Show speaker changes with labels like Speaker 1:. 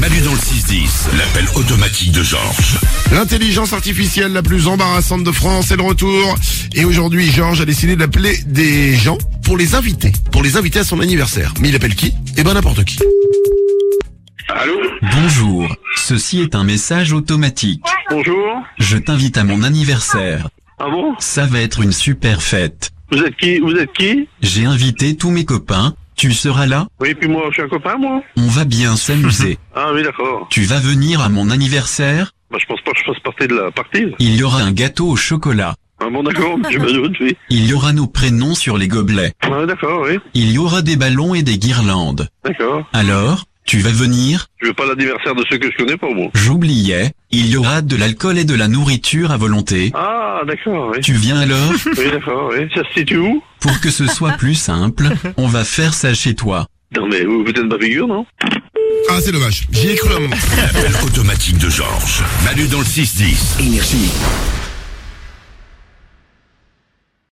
Speaker 1: Manu dans le 6-10, l'appel automatique de Georges.
Speaker 2: L'intelligence artificielle la plus embarrassante de France est de retour. Et aujourd'hui, Georges a décidé d'appeler des gens pour les inviter. Pour les inviter à son anniversaire. Mais il appelle qui Eh ben n'importe qui.
Speaker 3: Allô
Speaker 4: Bonjour, ceci est un message automatique.
Speaker 3: Bonjour
Speaker 4: Je t'invite à mon anniversaire.
Speaker 3: Ah bon
Speaker 4: Ça va être une super fête.
Speaker 3: Vous êtes qui Vous êtes qui
Speaker 4: J'ai invité tous mes copains. Tu seras là
Speaker 3: Oui, puis moi, je suis un copain, moi
Speaker 4: On va bien s'amuser.
Speaker 3: Ah oui, d'accord.
Speaker 4: Tu vas venir à mon anniversaire
Speaker 3: Bah, je pense pas que je fasse partie de la partie.
Speaker 4: Il y aura un gâteau au chocolat.
Speaker 3: Ah bon, d'accord, je me doute, oui.
Speaker 4: Il y aura nos prénoms sur les gobelets.
Speaker 3: Ah, d'accord, oui.
Speaker 4: Il y aura des ballons et des guirlandes.
Speaker 3: D'accord.
Speaker 4: Alors, tu vas venir
Speaker 3: Je veux pas l'anniversaire de ceux que je connais pas, moi.
Speaker 4: J'oubliais. Il y aura de l'alcool et de la nourriture à volonté.
Speaker 3: Ah, d'accord, oui.
Speaker 4: Tu viens alors
Speaker 3: Oui, d'accord, oui. Ça se situe où
Speaker 4: Pour que ce soit plus simple, on va faire ça chez toi.
Speaker 3: Non, mais vous, vous êtes ma figure, non
Speaker 2: Ah, c'est dommage. J'y ai cru un moment.
Speaker 1: L'appel automatique de Georges. Manu dans le 6-10.